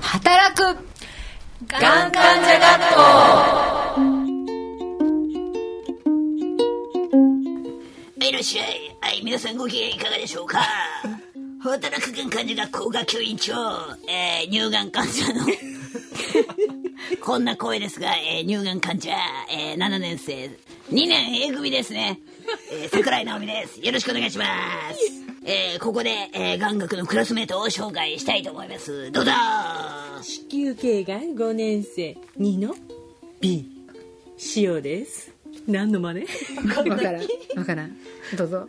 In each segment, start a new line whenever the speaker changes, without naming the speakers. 働く
がん患者学
いらっしゃい。はい、皆さんご機嫌いかがでし ょうか働くがん患者学校学級委員長、えー、乳がん患者 の、こんな声ですが、えー、乳がん患者、えー、7年生、2年 A 組ですね。えー、桜井直美です。よろしくお願いします。えー、ここで、えー、眼学のクラスメートを紹介したいと思います。どうぞ
子宮頸がん5年生2の B 塩です何の真似
わからんわからんどうぞ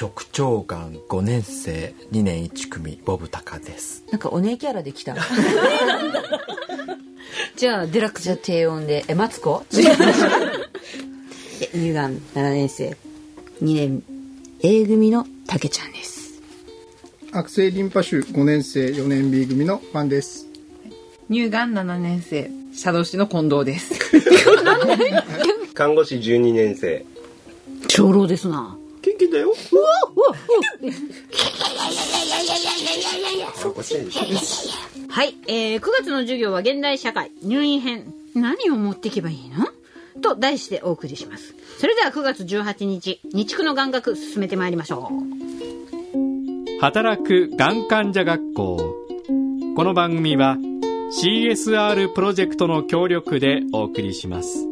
直腸がん5年生2年1組ボブタカです
なんかお姉キャラできた
じゃあデラックス
じゃあ低音でえマツ コで乳がん7年生2年 A 組のたけちゃんです
悪性リンパ腫5年生4年 B 組のファンです
乳がん7年生シャドウ師の近藤です
看護師12年生
長老ですな。
元気だよ
はい、えー、9月の授業は現代社会入院編何を持っていけばいいのと題してお送りしますそれでは9月18日日畜の眼学進めてまいりましょう
働くがん患者学校この番組は CSR プロジェクトの協力でお送りします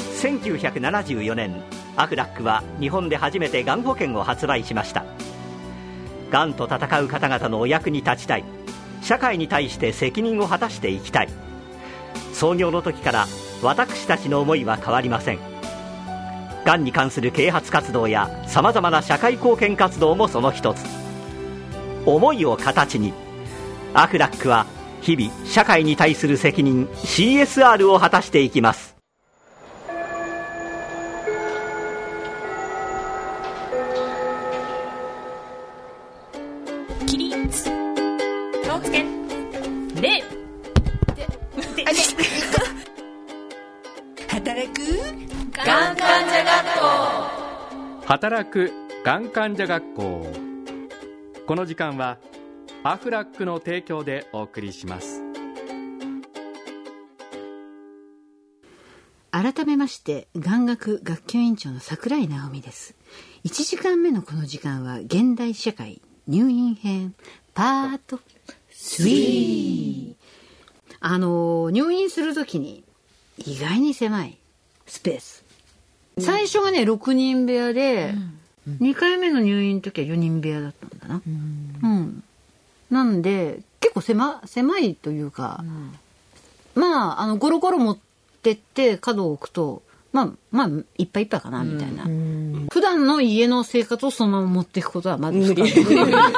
1974年アフラックは日本で初めてがん保険を発売しましたがんと闘う方々のお役に立ちたい社会に対して責任を果たしていきたい創業の時から私たちの思いは変わりませんがんに関する啓発活動やさまざまな社会貢献活動もその一つ思いを形にアフラックは日々社会に対する責任 CSR を果たしていきます
起立気をつけ
で
働く
がん患者学校
働くがん患者学校この時間はアフラックの提供でお送りします
改めまして眼学学級委員長の桜井直美です1時間目のこの時間は現代社会入院編パート3あのー入院するときに意外に狭いスペース最初はね6人部屋で、2回目の入院の時は4人部屋だったんだなうん、なんで結構狭狭いというか、まあ、あの、ゴロゴロ持ってって角を置くと、まあ、まあ、いっぱいいっぱいかな、みたいな。普段の家の生活をそのまま持っていくことはまず不可能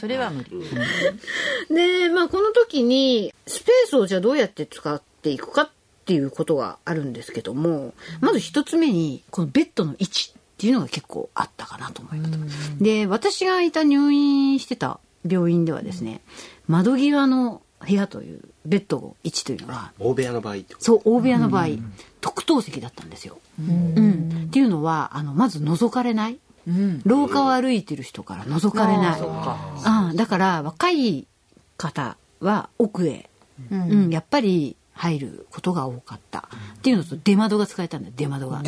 それは無理
で、まあ、この時に、スペースをじゃあどうやって使っていくかっていうことがあるんですけども、まず一つ目に、このベッドの位置っていうのが結構あったかなと思います。で、私がいた入院してた病院ではですね、窓際の部屋という、ベッドの位置というのが、
大部屋の場合ってこと
そう、大部屋の場合、特等席だったんですよ。うんっていうのは、あの、まず覗かれない。廊下を歩いてる人から覗かれない。ああだから、若い方は奥へ、うんやっぱり入ることが多かった。っていうのと、出窓が使えたんだよ、出窓が。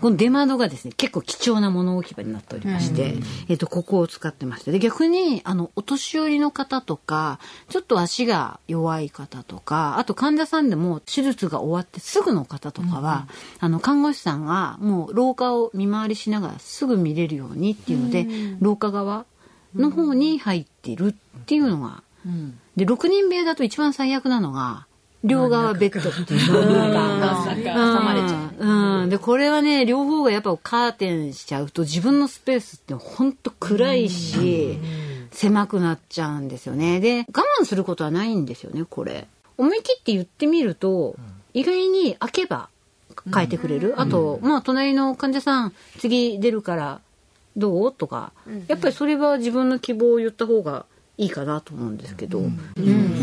この出窓がですね、結構貴重な物置き場になっておりまして、えっと、ここを使ってまして。で、逆に、あの、お年寄りの方とか、ちょっと足が弱い方とか、あと患者さんでも手術が終わってすぐの方とかは、あの、看護師さんがもう廊下を見回りしながらすぐ見れるようにっていうので、廊下側の方に入ってるっていうのが、で、6人部屋だと一番最悪なのが、両側ベッドっていうのが、挟まれちゃう。うん。で、これはね、両方がやっぱカーテンしちゃうと自分のスペースってほんと暗いし、狭くなっちゃうんですよね。で、我慢することはないんですよね、これ。思い切って言ってみると、意外に開けば変えてくれる。あと、まあ、隣の患者さん、次出るから、どうとか、やっぱりそれは自分の希望を言った方がいいかなと思うんですけど。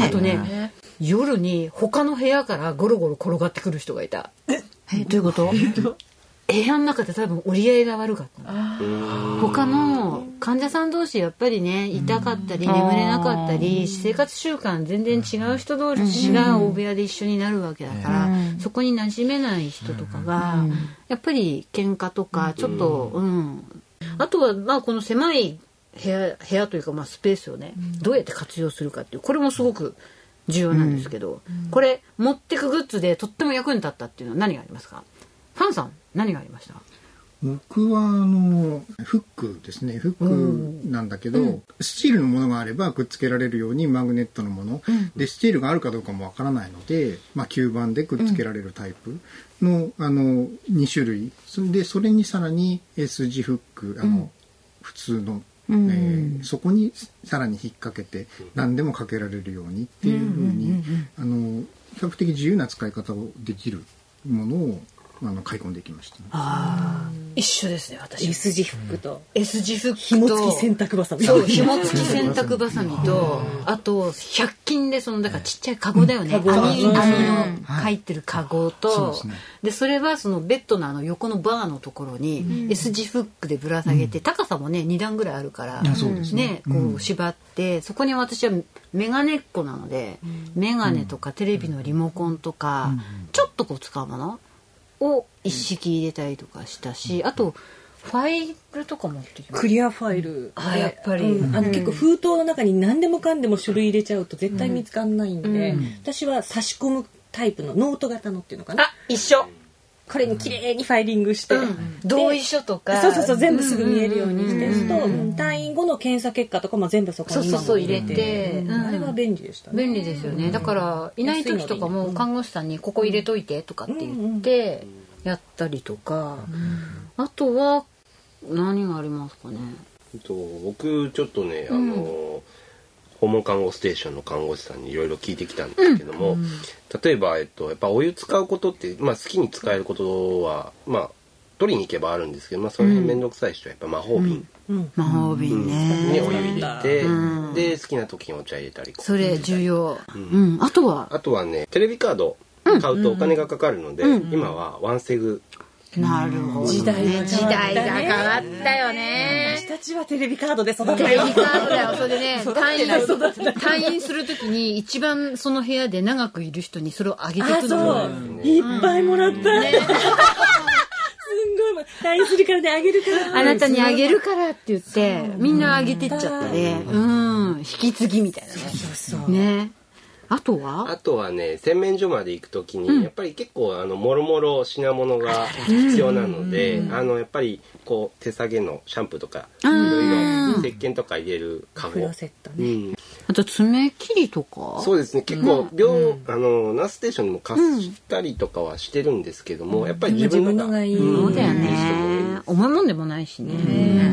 あとね、夜に他の部屋からゴロゴロ転がってくる人がいた。
えどういうこと
部屋の中で多分折り合いが悪かった他の患者さん同士やっぱりね痛かったり眠れなかったり生活習慣全然違う人同士が大部屋で一緒になるわけだからそこに馴染めない人とかがやっぱり喧嘩とかちょっとうんあとはまあこの狭い部屋部屋というかまあスペースをねどうやって活用するかっていうこれもすごく重要なんですけどこれ持ってくグッズでとっても役に立ったっていうのは何がありますかファンさん何がありました
僕はあのフックですねフックなんだけど、スチールのものがあればくっつけられるようにマグネットのもの、でスチールがあるかどうかもわからないので、まあ、吸盤でくっつけられるタイプの,、あの2種類それでそれにさらに S 字フックあの、普通の、えーそこにさらに引っ掛けて何でもかけられるようにっていうふうに、あの比較的自由な使い方をできるものをあの買い込んでいきました、ね。
一緒ですね私
S 字フックと
S 字フックと
紐付き洗濯バサミ
そう紐付き洗濯バサミとあと100均でそのだからちっちゃいカゴだよね
うんカゴ
網
う
網
ん
の入ってるカゴ
そう
と
ですね
でそれはそのベッドのあの横のバーのところに S 字フックでぶら下げて高さもね2段ぐらいあるから
あそうです
ねこう縛ってそこに私はメガネっ子なのでメガネとかテレビのリモコンとかちょっとこう使うものを一式入れたりとかしたし、あとファイルとか持ってきま
ク
す
リアファイル
あやっぱり
うんあの結構封筒の中に何でもかんでも種類入れちゃうと絶対見つかんないんで、私は差し込むタイプのノート型のっていうのかな
一緒、
これに綺麗にファイリングして、
同意書とか
そうそうそう全部すぐ見えるようにして
うんうんうん
と退院後の検査結果とかも全部そこ
そう
に
そう
今
そ
も
う入れて、うん
あれは便利でしたね
便利ですよねだからいない時とかも看護師さんに「ここ入れといて」とかって言ってやったりとか、あとは何がありますかね
えっと僕ちょっとねあの、訪問看護ステーションの看護師さんにいろいろ聞いてきたんですけども、例えば、えっと、やっぱお湯使うことって、まあ、好きに使えることは、まあ、取りに行けばあるんですけど、まあ、それ面倒くさい人はやっぱ魔法瓶
魔法瓶
に
ね、
お湯入れて、で好きな時にお茶入れたり
それ重要、うんあとは
あとはねテレビカード買うとお金がかかるので、今はワンセグ
なるほど、ね、時代が変わったよね
私たちはテレビカードで育
テ
て
レ
よ
ビカードだよそれで ね退院退院するときに一番その部屋で長くいる人にそれをあげて
あ
くの
そう、いっぱいもらった、すんごい退院するからねあげるか ら
あなたにあげるからって言ってみんなあげてっちゃったねうん引き継ぎみたいなねねあとは
あとはね洗面所まで行く時に、やっぱり結構あのもろもろ品物が必要なので、あのやっぱりこう手提げのシャンプーとかいろいろ石鹸とか入れるカゴ、
セットね
うん、
あと爪切りとか
そうですね結構病、あのナースステーションにも貸したりとかはしてるんですけども、やっぱり自分のがいい
そうだよね重いもんでもないしねうんうんう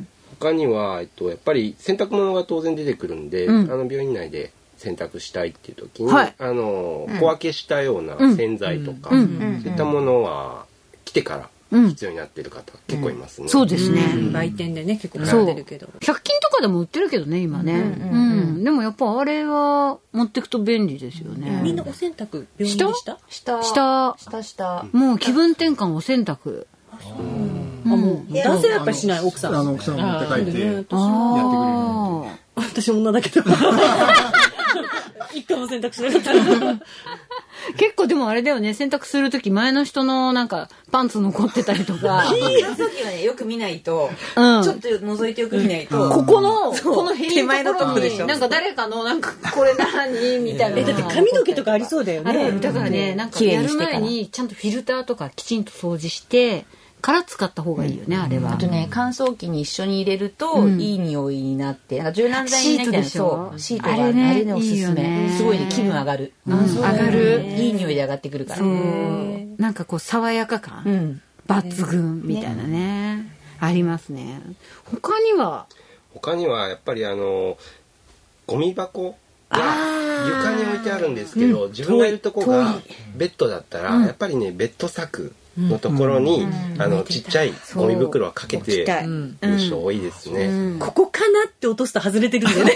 ん
他には、えっと、やっぱり洗濯物が当然出てくるんで、あの病院内で洗濯したいっていう時に、
はい
あの小分けしたような洗剤とか、そういったものは来てから必要になっている方、結構いますね。
そうですね、
売店でね結構
そ
買
う
って
100
るけ
均
ど
とかでも売ってるけどね今ねうん、でもやっぱあれは持ってくと便利ですよね、
みんなお洗濯病院でした
下
下
下下
もう気分転換お洗濯
あもう男性はやっぱりしない奥さん
あの奥さんを持って帰ってやってくれるの
あ
私女だけど一回も洗濯しなかった
ー結構でもあれだよね洗濯する時前の人のなんかパンツ残ってたりと か
下時はねよく見ないと、
うん
ちょっと覗いてよく見ないと、
ここの
そう
この辺
手前
の
の
と
とこ
こ
ろ
ろ
で
に
しょ
なんか誰かのなんかこれ何みたいな
えだって髪の毛とかありそうだよ
あれ
ね
だからねなんか
綺麗
や
に
る
してから
前にちゃんとフィルターとかきちんと掃除してから使った方がいいよねあれは
あとね乾燥機に一緒に入れると、いい匂いになってなんか柔軟剤になって
シートでしょ
そうシートがあ
あれ
れ
ね
ねあれねおす
いいよ
すめ
ね
すごいね気分上がる、上
がる
いい匂いで上がってくるから
そうなんかこう爽やか感、
うん
抜群みたいなねありますね他には
他にはやっぱりあのゴミ箱が床に置いてあるんですけど、自分がいるとこがベッドだったら、やっぱりねベッド柵のところに、
うん
あのちっちゃいゴミ袋はかけ
そう置
て
きたいうん
る人多いですね、
ここかなって落とすと外れてるんだよね。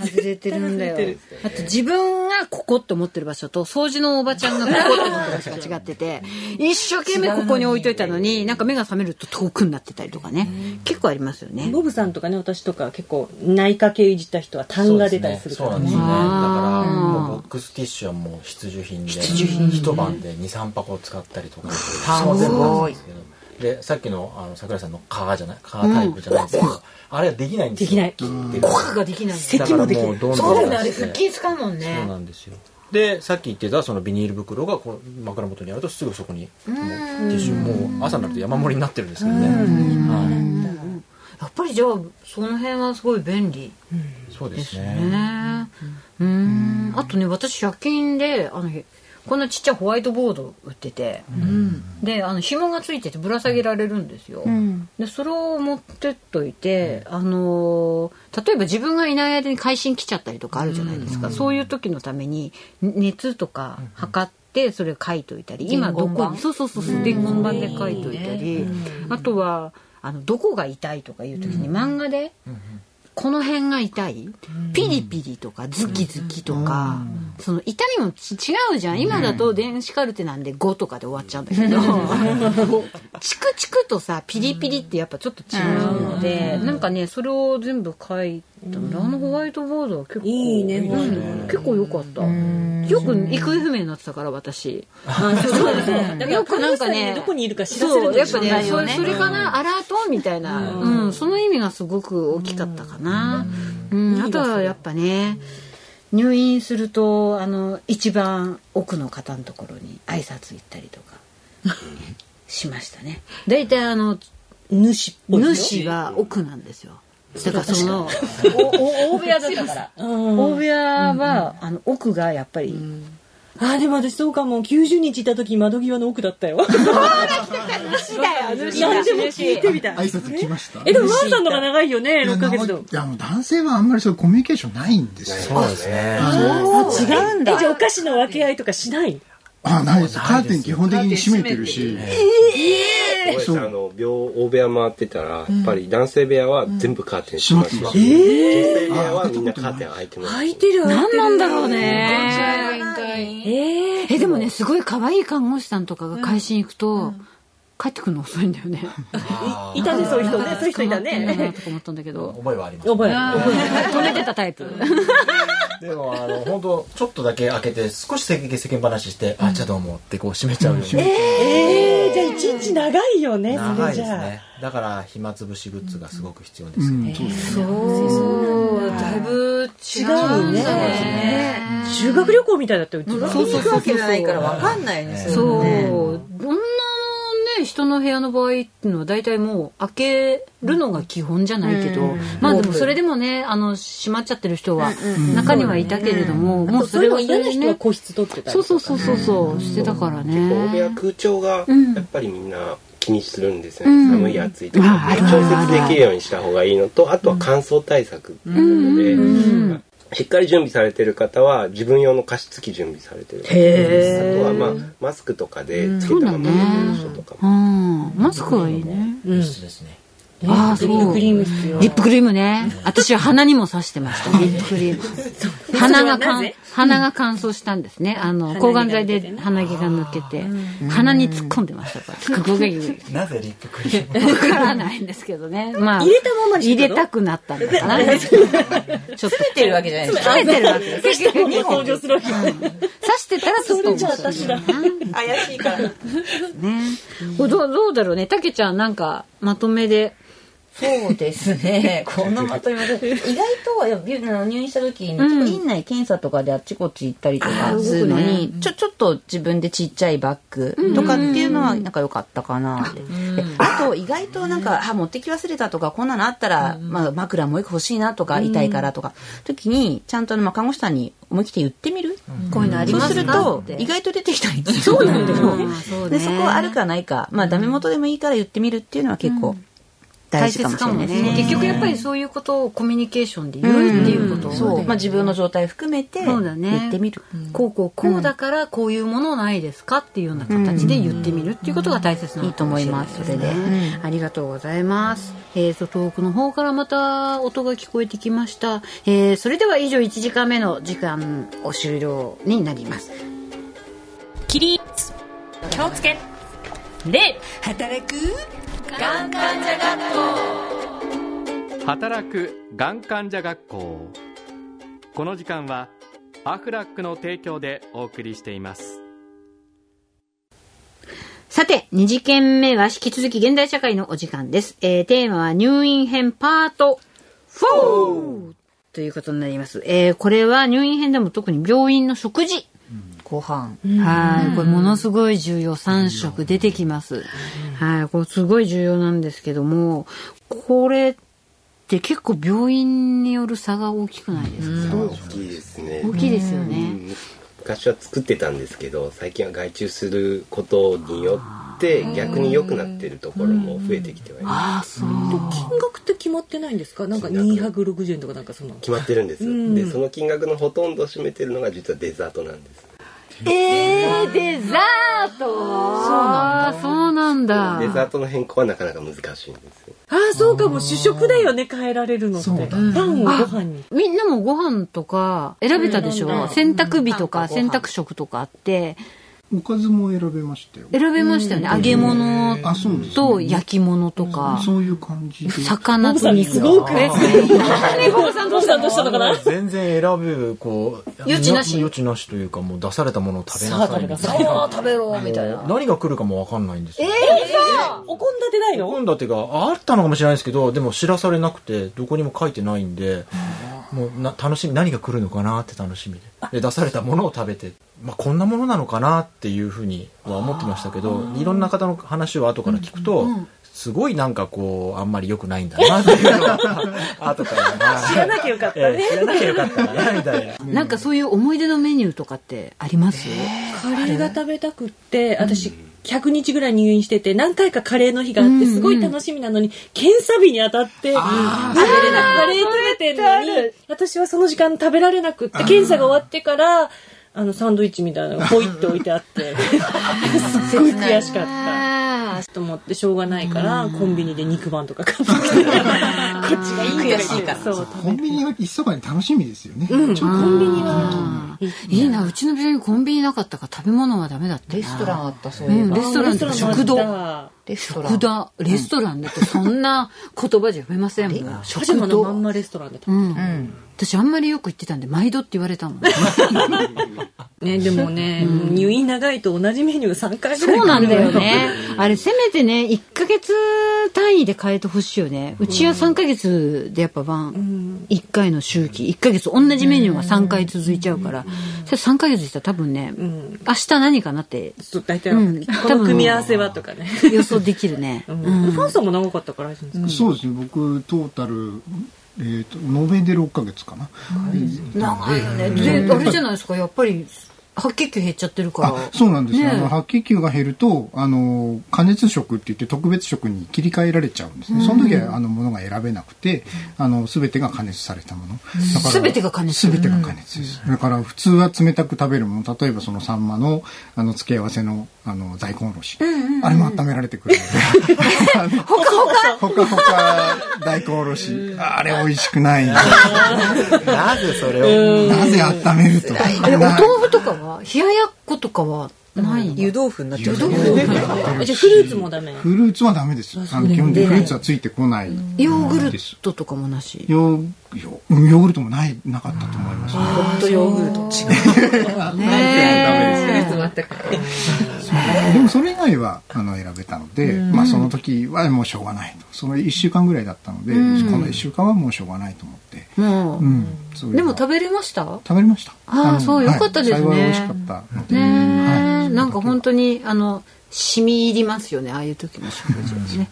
外れてるんだ
外れて
よ
る。
あと自分がここって思ってる場所と掃除のおばちゃんがここって思ってる場所が違ってて、一生懸命ここに置いといたのに、なんか目が覚めると遠くになってたりとかね。結構ありますよね。
ボブさんとかね、私とか結構内科系いじった人は痰が出たりする
そ
から
うなんで
ね
す。ねだ
あ
か
ー
らもうボックスティッシュはもう必需品で
必需品
一晩で23箱使ったりとかターンは全部あるんですけどでさっきのあの桜井さんのカーじゃないカータイプじゃないですけど、あれはできないんです
でき
よ
ない
木っていう
効果ができないの。
だからもうどんどん
そうだよね、あれ腹筋使うもん
そう
ね。
なんですよでさっき言ってたそのビニール袋がこう枕元にあるとすぐそこに
う
もうテ
ーん
ィッシュもう朝になると山盛りになってるんですけどね、は
やっぱりじゃあ、その辺はすごい便利。
い、そうですね
ねえうんあとね私100均であのこんなちっちゃいホワイトボード売ってて、であの紐がついててぶら下げられるんですよ、でそれを持ってっといて、あのー例えば自分がいない間に会心来ちゃったりとかあるじゃないですか、そういう時のために熱とか測ってそれ書いといたり、今どこにそうそうそうそう伝言版で書いといたり、あとはあのどこが痛いとかいう時に漫画で。この辺が痛いピリピリとかズキズキとか、その痛みもち違うじゃん今だと電子カルテなんで5とかで終わっちゃうんだけど、 チクチクとさピリピリってやっぱちょっと違うので、なんかねそれを全部書いたので、あのホワイトボードは結構
いいね
うん結構良かった、よく行方不明になってたから 私。
あそうそうそう。
よくなんかね
どこにいるか知らせる
そ
の
うやっぱ
が
ね
ね
それそれかな、アラートみたいな、うんその意味がすごく大きかったかな、うんあとはやっぱね入院するとあの一番奥の方のところに挨拶行ったりとかしましたね大体あの
主っぽいよ。
主が奥なんですよだからその
大部屋だったから。
大部屋は、あの奥がやっぱり、
あーでも私そうかも90日いた時窓際の奥だったよ何でも聞いてみた
挨
い
拶来ました
えでもワンさんのが長いよね
いや
6ヶ月
い
と
やもう男性はあんまりそういうコミュニケーションないんですよ
そうですね
違うんだじゃあお菓子の分け合いとかしない
あないですカーテン基本的に閉めてるし
大江さんあの病大部屋回ってたらやっぱり男性部屋は全部カーテン閉まってます、女性部屋はみんなカーテン開いてます、
開いてる
何なんだろうね
えー
えでもねすごい可愛い看護師さんとかが会心行くと、帰ってくるの遅いんだよね。
いたねそういう人ねそういう人いた
捕まってんだな
ね
とか思ったんだけど。
覚えはあります
覚えあ
止めてたタイプ。
でもあの本当ちょっとだけ開けて少し世間世間話して、あじゃあどうもってこう閉めちゃうような、
えーじゃあ一日長いよねそ
長
れ
い
じ
です
ゃあ
ねだから暇つぶしグッズがすごく必要ですよね、
そうだいぶ違うんだね。
修学旅行みたいだったようちは
そうそうそうそう。ないから
わかんないね
そう。女のね人の部屋の場合っていうのは大体もう開けるのが基本じゃないけど、まあでもそれでもねあの閉まっちゃってる人は中にはいたけれども、もう
そ
そ
れ
れ
も
はそ
嫌
れで
な人は
ね。
個室取ってたり
そうそう
とか
そうそうそうしてたからね。
大部屋空調が
ん
やっぱりみんな気にするんですよね、寒い暑いとか
ああるあ
調
るある
節できるようにした方がいいのとあとは乾燥対策なので、しっかり準備されてる方は自分用の加湿器準備されてる方あとは、まあ、マスクとかでつけたまま寝てる人とか
う
も、
ん、マスクはいいね。
物質ですね、
ああ、そう。
リップクリーム必要
リップクリームね。私は鼻にも刺してました、リップクリーム。鼻が
それはな
乾
ぜ、
鼻が乾燥したんですね。あの、
鼻毛が
抗がん剤
抜けて
で
ね
鼻毛が抜けて、鼻に突っ込んでましたから。ここが
なぜリップクリーム
わからないんですけどね。まあ、
入れたままにし
入
てたの
れたくなったんだかな。ちょっと来てるわけじゃないですか。来てるわけです。
した方が登場するわけ
刺してたらちょっと面白いな。
怪しいから
ね。これどうどうだろうね。たけちゃんなんかまとめで。
そうです ねこのまとめ方意外といやびあの入院した時に、
うん
院内検査とかであっちこっち行ったりとかするのに、ちょちょっと自分でちっちゃいバッグとかっていうのはなんか良かったかなって、であと意外となんか、あ持ってき忘れたとかこんなのあったら、まあ、枕もう一個欲しいなとか痛いからとか、時にちゃんと、まあ、看護師さんに思い切って言ってみる、
こういうのあ
そうすると
って
意外と出てきたりそう なんだよでそこはあるかないかまあダメ元でもいいから言ってみるっていうのは結構大事かもしれないですね。
結局やっぱりそういうことをコミュニケーションで言うっていうことをね
そうまあ自分の状態含めて
そうだね
言ってみる。
こうこうこうだからこういうものないですかっていうような形で言ってみるっていうことが大切なのかもしれないですね
いいと思いますそれで
ありがとうございます。えー、と遠くの方からまた音が聞こえてきました。えーそれでは以上1時間目の時間お終了になります。
起立気をつけ礼働く
働くがん患者学校この時間はアフラックの提供でお送りしています
さて、2次件目は引き続き現代社会のお時間です。えーテーマは入院編パート4ということになります。えーこれは入院編でも特に病院の食事。
ご飯。
はい。これものすごい重要。3食出てきます。はい。これすごい重要なんですけども、これって結構病院による差が大きくないですか、
大きいですね
大きいですよ
う
ね。
ん昔は作ってたんですけど最近は外注することによって逆に良くなってるところも増えてきてはいます
あ、そう。
金額って決まってないんですかなんか260円とかなんかその
決まってるんですよでその金額のほとんどを占めてるのが実はデザートなんです
えー、デザートそうなんだ。
デザートの変更はなかなか難しいんですよ
ああそうかもう主食だよね変えられるのって
そうだ
パンをご飯に
みんなもご飯とか選べたでしょ選択日とか選択食とかあって
おかずも選べましたよ
選べましたよね揚げ物
あそうですね
と焼き物とか
そういう感じで
魚と
さんにすごくね
コバさんどうしたどうしたのかな
全然選ぶこう
余地なし
余地なしというかもう出されたものを食べなさいみたいな
食べろみたいな。
もう何が来るかも分かんないんですよ
おこんだてないの
献立があったのかもしれないですけどでも知らされなくてどこにも書いてないんでもうな楽しみ何が来るのかなって楽しみでで出されたものを食べて、まあ、こんなものなのかなっていうふうには思ってましたけどいろんな方の話を後から聞くと。すごいなんかこうあんまり良くないんだなっていうのが 後から知らなきゃよかったね、ええ知らなきゃよかったなみたいな
なんかそういう思い出のメニューとかってあります
カレーが食べたくって私100日ぐらい入院してて何回かカレーの日があってすごい楽しみなのに検査日に当たって食べれなくカレー食べてんのに私はその時間食べられなくって検査が終わってからあのサンドイッチみたい なのがポイって置いてあってすごい悔しかった。
あ
と思ってしょうがないからコンビニで肉まんとか買ってきてこっちがいい悔しいからそう
コンビニが密かに楽しみですよね、ちょっと
コンビニは
ーいいなうちの病院コンビニなかったから食べ物はダメだって
レストランあったそう
う
いえ
ん
ば
レ。ストランとか食堂
レストラン
食。堂レストランだってそんな言葉じゃ読めませんもん
パジャマ
食
のま
堂
んまレストランで食べた
うん
うん。
私あんまりよく言ってたんで毎度って言われたもん
ね、でもね、入院長いと同じメニュー3回ぐらい
そうなんだよね あれせめてね1ヶ月単位で変えてほしいよねうちは3ヶ月でやっぱ晩1回の周期1ヶ月同じメニューが3回続いちゃうからそれ3ヶ月したら多分ね明日何かなって
そう大体、
うん
この組み合わせはとかね、
予想できる ね
うんファンさんも長かったからあれじゃないですか、
そうですね僕トータルえー、と延べで6ヶ月かな、
長いよねであれじゃないですかやっぱり白血球減っちゃってるから
あそうなんですよ、
ねえ
あの白血球が減るとあの加熱食って言って特別食に切り替えられちゃうんですね、その時はあのものが選べなくてあの全てが加熱されたものだから
全てが加熱
全てが加熱です、だから普通は冷たく食べるもの例えばそのサンマのあの付け合わせのあの大根おろし、あれも温められてくるの であのほかほか大根おろしあれ美味しくないな
なぜそれを
ぜ温めると
えお
な
豆腐とかは冷ややっことかはないの
湯豆腐になっちゃう。
あじゃあフルーツもダメ
フルーツはダメですあの基本的にフルーツはついてこない
ヨーグルトとかもなし
ヨーヨーヨーグルトもないなかったと思いますね
ほっとヨーグルト。違
ねえ
う。全く。
でもそれ以外はあの選べたので、まあ、その時はもうしょうがないとその1週間ぐらいだったので、この1週間はもうしょうがないと思って、
もう
う、んそうい
で
えば
も食べれました
食べれました
あー
の
そうよかったですね
はい、幸い美味しかったので、
ねえ、
はい
なんか本当にあの染み入りますよねああいう時の食事はね。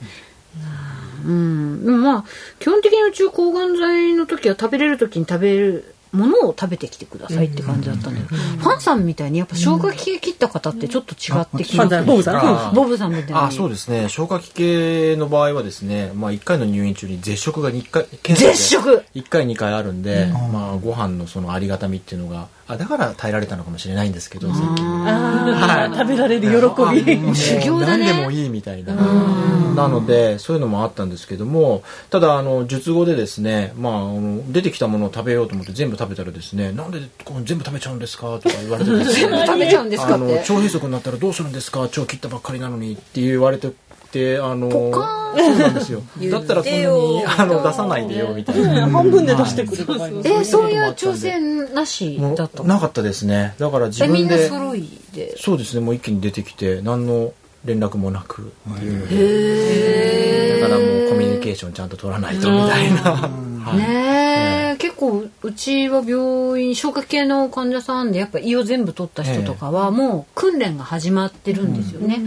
うん、でもまあ基本的にうちは抗がん剤の時は食べれる時に食べるものを食べてきてくださいって感じだったんだけど、ファンさんみたいにやっぱ消化器系切った方ってちょっと違ってきますね、
うんボブさん
あ
ボブさんみたいに
あそうですね消化器系の場合はですね、まあ、1回の入院中に絶食が2回検
絶食
1回2回あるんで、まあ、ご飯のそのありがたみっていうのがあだから耐えられたのかもしれないんですけど最近
あー食べられる喜び。
もう
修行だね
何でもいいみたいななのでそういうのもあったんですけどもただあの術後でですね、まあ、あの出てきたものを食べようと思って全部食べたらですねなんでこの全部食べちゃうんですかとか言われてです ね
食べちゃうんですか
あ
っ
の
て
腸閉塞になったらどうするんですか腸切ったばっかりなのにって言われててあの
ポカ
そうな んですよだったらそんなにあの出さないでよみたいな
半分で出してくるとか
えーそういう挑戦なし
も
だった
う
の
なかったですねだから自
えみ
分
んな
で
揃いで
そうですねもう一気に出てきて何の連絡もなくっていうだからもうコミュニケーションちゃんと取らないとみたいな、はい
ねえ、結構うちは病院消化系の患者さんでやっぱ胃を全部取った人とかはもう訓練が始まってるんですよね、う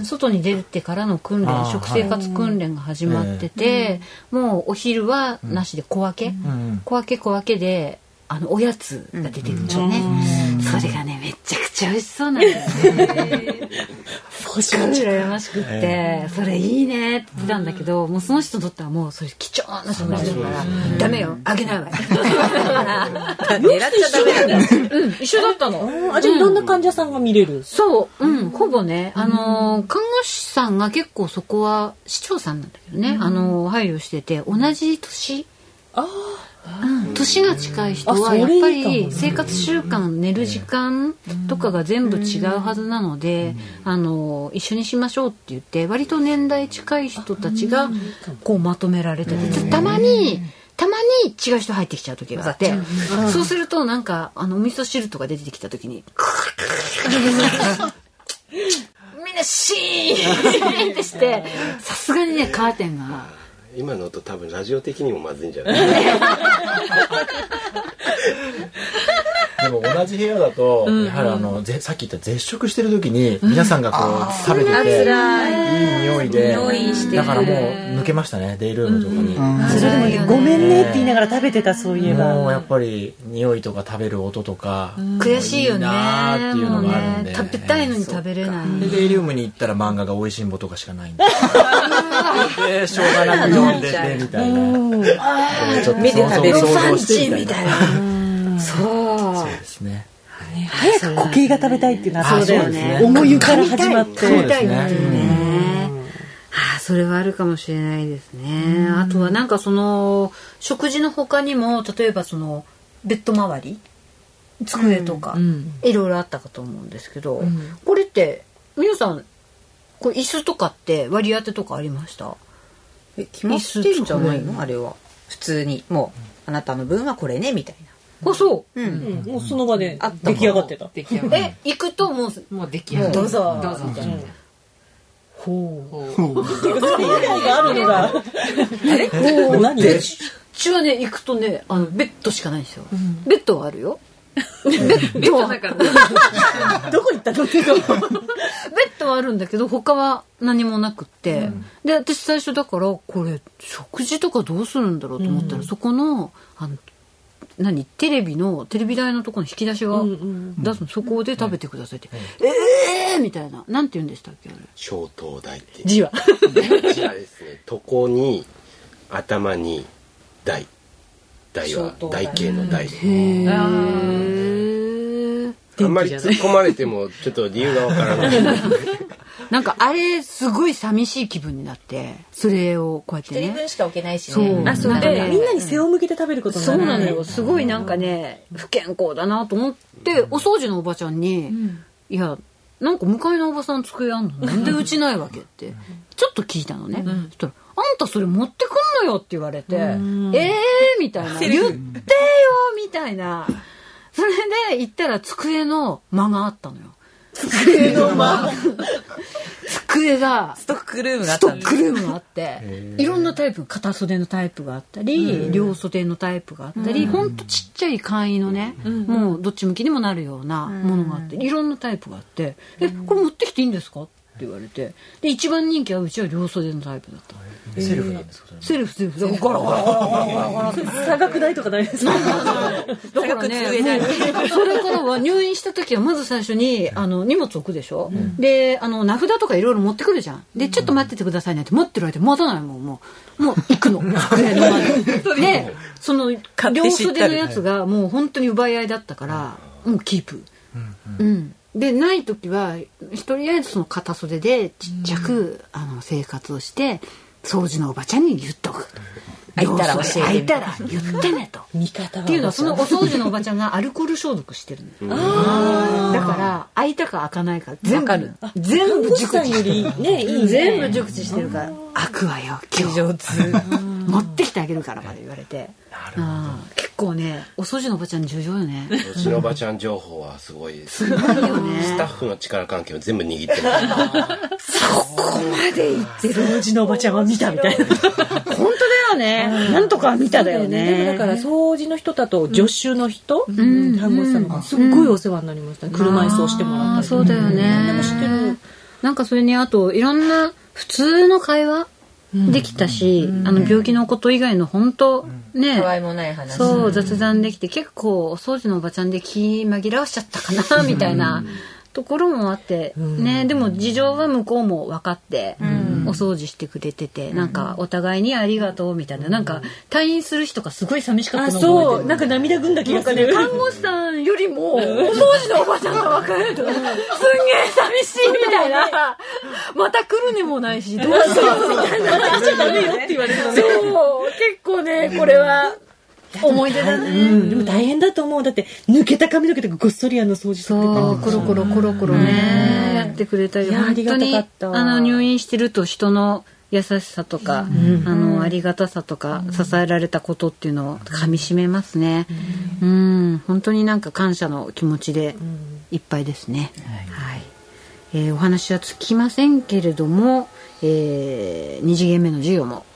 ん外に出てからの訓
あ
練
ー
食生活訓練が始まってて、もうお昼はなしで小分け、
うん
小分け小分けであのおやつが出てくるんですよね、それがねめちゃくちゃ美味しそうなんですよねすごい羨ましくって、それいいねって言ってたんだけど、もうその人にとってはもうそれ貴重な食事だから、ダメよあげないわよ
狙っちゃダメなんだ
うん一緒だったの
あ、じゃあいろんな患者さんが見れる。
そう、うん、ほぼね、あのー、看護師さんが結構そこは、市長さんなんだけどね、あのー、配慮してて、同じ年。うん、年が近い人
あそ
は
れいい
や
か
っ
も
ぱり生活習慣寝る時間とかが全部違うはずなのであのー一緒にしましょうって言って割と年代近い人たちがこうまとめられててたまにたまに違う人入ってきちゃう時があってそうするとなんかあのお味噌汁とか出てきた時にみんなシ ーンってしてさすがにねカーテンが
今の音多分ラジオ的にもまずいんじゃない
でも同じ部屋だとやはりあのぜさっき言った絶食してる時に皆さんがこう食べてて、いい匂いでだからもう抜けましたねデイルームとかに、
それでもね、ごめんねって言いながら食べてた、そういえば。
もうやっぱり匂いとか食べる音とか、
悔しいよね
いいなーっていうのがあるんで
もうね食べたいのに食べれない
でデイリウムに行ったら漫画が「おいしんぼ」とかしか ないんででしょうがなく読んでてみたいなちょっと
見て食べる
想
産
像して
地みたい
な
な
そうですね
早く固形が食べたいっていうのはそうだよ
あそうで
ね。
すね
思いから始まっ
そう
て。
ですね
ねああそれはあるかもしれないですねあとはなんかその食事の他にも例えばそのベッド周り机とか、いろいろあったかと思うんですけど、これって皆さんこれ椅子とかって割り当てとかありました
え決まってるんじゃないのあれは普通にもうあなたの分はこれねみたい
あそう
なうん
うんもうその場で
あった
出来上がってた。
出来上が
え行くともう
もう出来上がる
どうぞ
どうぞ
そういうのがあるのが。あれ何
うちはね行くとねあのベッドしかないんですよ、ベッドはあるよベッドはベッ
どこ 行ったのって
ドはあるんだけど他は何もなくって、で私最初だからこれ食事とかどうするんだろうと思ったら、そこのあの何テレビのテレビ台のところの引き出しが出すのそこで食べてくださいって、ええー、みたいななんて言うんでしたっけあれ
小灯台って
字は。
じゃあですね床に頭に台台は台形の台あんまり突っ込まれてもちょっと理由がわからない
なんかあれすごい寂しい気分になってそれをこうやってね
しか置けないし
そう
あそうだ
ええ
ね
みんなに背を向けて食べることにな
そう
る
なのよすごいなんかね不健康だなと思ってお掃除のおばちゃんに「いやなんか向かいのおばさん机あん のなんでうちないわけ?」ってちょっと聞いたのね、そしたら「あんたそれ持ってくんのよ」って言われて「ええー」みたいな「言ってよ」みたいなそれで行ったら机の間があったのよ机の間机が
ストックルームがあっ
ス
た
ト
ん
ックルームがあっていろんなタイプ片袖のタイプがあったり両袖のタイプがあったりほんとちっちゃい簡易のねもうどっち向きにもなるようなものがあっていろんなタイプがあって「えこれ持ってきていいんですか?」って言われてで一番人気はうちは両袖のタイプだった
セルフなんですかそれ
セルフセルフだからほらほらほらほらほら
差額ないとかないですか
だからね、もうそれからは入院した時はまず最初にあの荷物置くでしょ、であの名札とかいろいろ持ってくるじゃんでちょっと待っててくださいねって持ってる間持たないもんもうもう行 くの机の前にでその両袖のやつがもう本当に奪い合いだったからもうキープうんでない時はとりあえずその片袖でちっちゃく、あの生活をして掃除のおばちゃんに言っとく
開いたら教えてね
開いたら言ってねと
味方は
っていうのはそのお掃除のおばちゃんがアルコール消毒してるのだから開いたか開かないか全部全部
看護師
熟
さ
知
んよりねいいね
全部熟知してるから開くわよ今日持ってきてあげるからまで言われてあー結構ねお掃除のおばちゃん重要よね
うちのおばちゃん情報はすごい です。
い
ス
いよね
タッフの力関係を全部握ってます。
掃除のおばちゃんは見たみたいな
本当だよねなんとか見ただよね
だから掃除の人だと助手の人看護師さんの方すっごいお世話になりましたね車椅子をしてもら
あ
っ
あ
た
そうだよね、なんかそれにあといろんな普通の会話できたし、あの病気のこと以外の本当、ね
たわいもない話
そう雑談できて結構お掃除のおばちゃんで気紛らわしちゃったかなみたいなところもあって、ね、でも事情は向こうも分かって、お掃除してくれてて、なんかお互いにありがとうみたいな、なんか退院する人がすごい寂しかった
あ
のを覚えてる
そうなんか涙ぐんだ気がする
看護師さんよりも、お掃除のおばちゃんが分かると、すんげえ寂しいみたいな、また来るねもないし、どうしようみたいな。
私じゃダメよって言われるのね
そう、結構ね、これは、思い出だね。
うんでも大変だと思うだって抜けた髪の毛とかごっそりあの掃除する
そう、コロコロコロコロね、やってくれたり、
いや
本当に、
ありが
あ
たかった
の、入院してると人の、優しさとか、あのありがたさとか、支えられたことっていうのをかみしめますね、うん、本当になんか感謝の気持ちでいっぱいですね、はいえーお話はつきませんけれども、え2次元目の授業も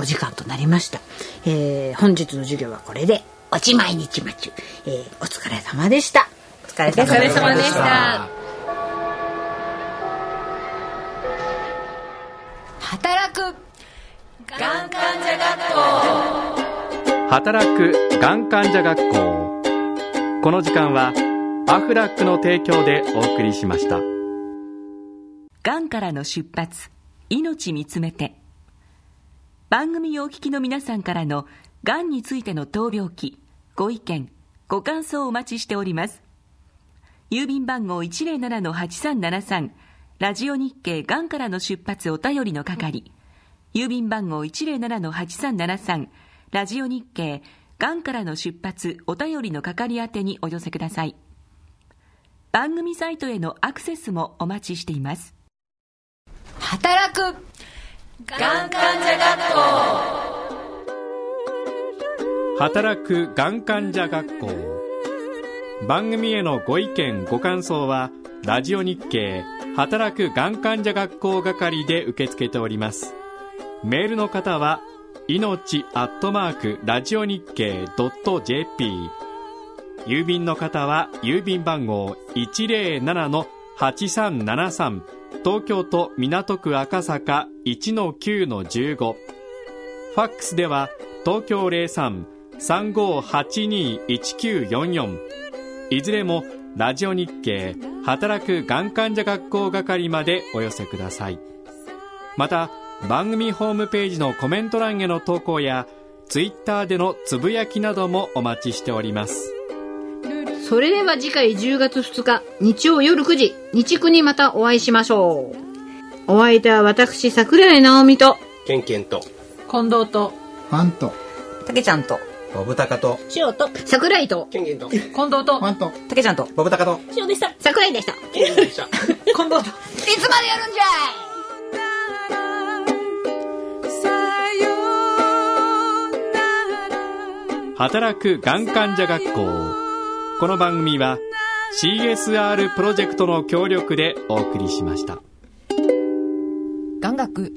お時間となりました、えー本日の授業はこれでおちまいにちまちゅ、えーお疲れ様でしたお疲れ様でした働く
働くがん患者学校この時間はアフラックの提供でお送りしました
がんからの出発命見つめて番組をお聞きの皆さんからのがんについての闘病記ご意見ご感想をお待ちしております郵便番号107-8373ラジオ日経がんからの出発お便りの係郵便番号107-8373ラジオ日経がんからの出発お便りの係宛てにお寄せください番組サイトへのアクセスもお待ちしています
働く
働くがん患者学校番組へのご意見ご感想はラジオ日経働くがん患者学校係で受け付けておりますメールの方は命アットマークラジオ日経 .jp 郵便の方は郵便番号107-8373東京都港区赤坂1-9-15ファックスでは東京03-3582-1944いずれもラジオ日経働くがん患者学校係までお寄せくださいまた番組ホームページのコメント欄への投稿やツイッターでのつぶやきなどもお待ちしております
それでは次回10月2日日曜夜9時日区にまたお会いしましょうお相手は私桜井直美と
ケンケンと。
近藤と
ファンと、
たけちゃんと
ボブタカと
塩と
桜井と
ケンケンと。
近藤と
ファンと。
たけちゃんと
ボブタカと
塩でした
桜井でしたい
ケンケンでした。
近藤と
つまでやるんじゃい
働くがん患者学校この番組は CSR プロジェクトの協力でお送りしました
眼学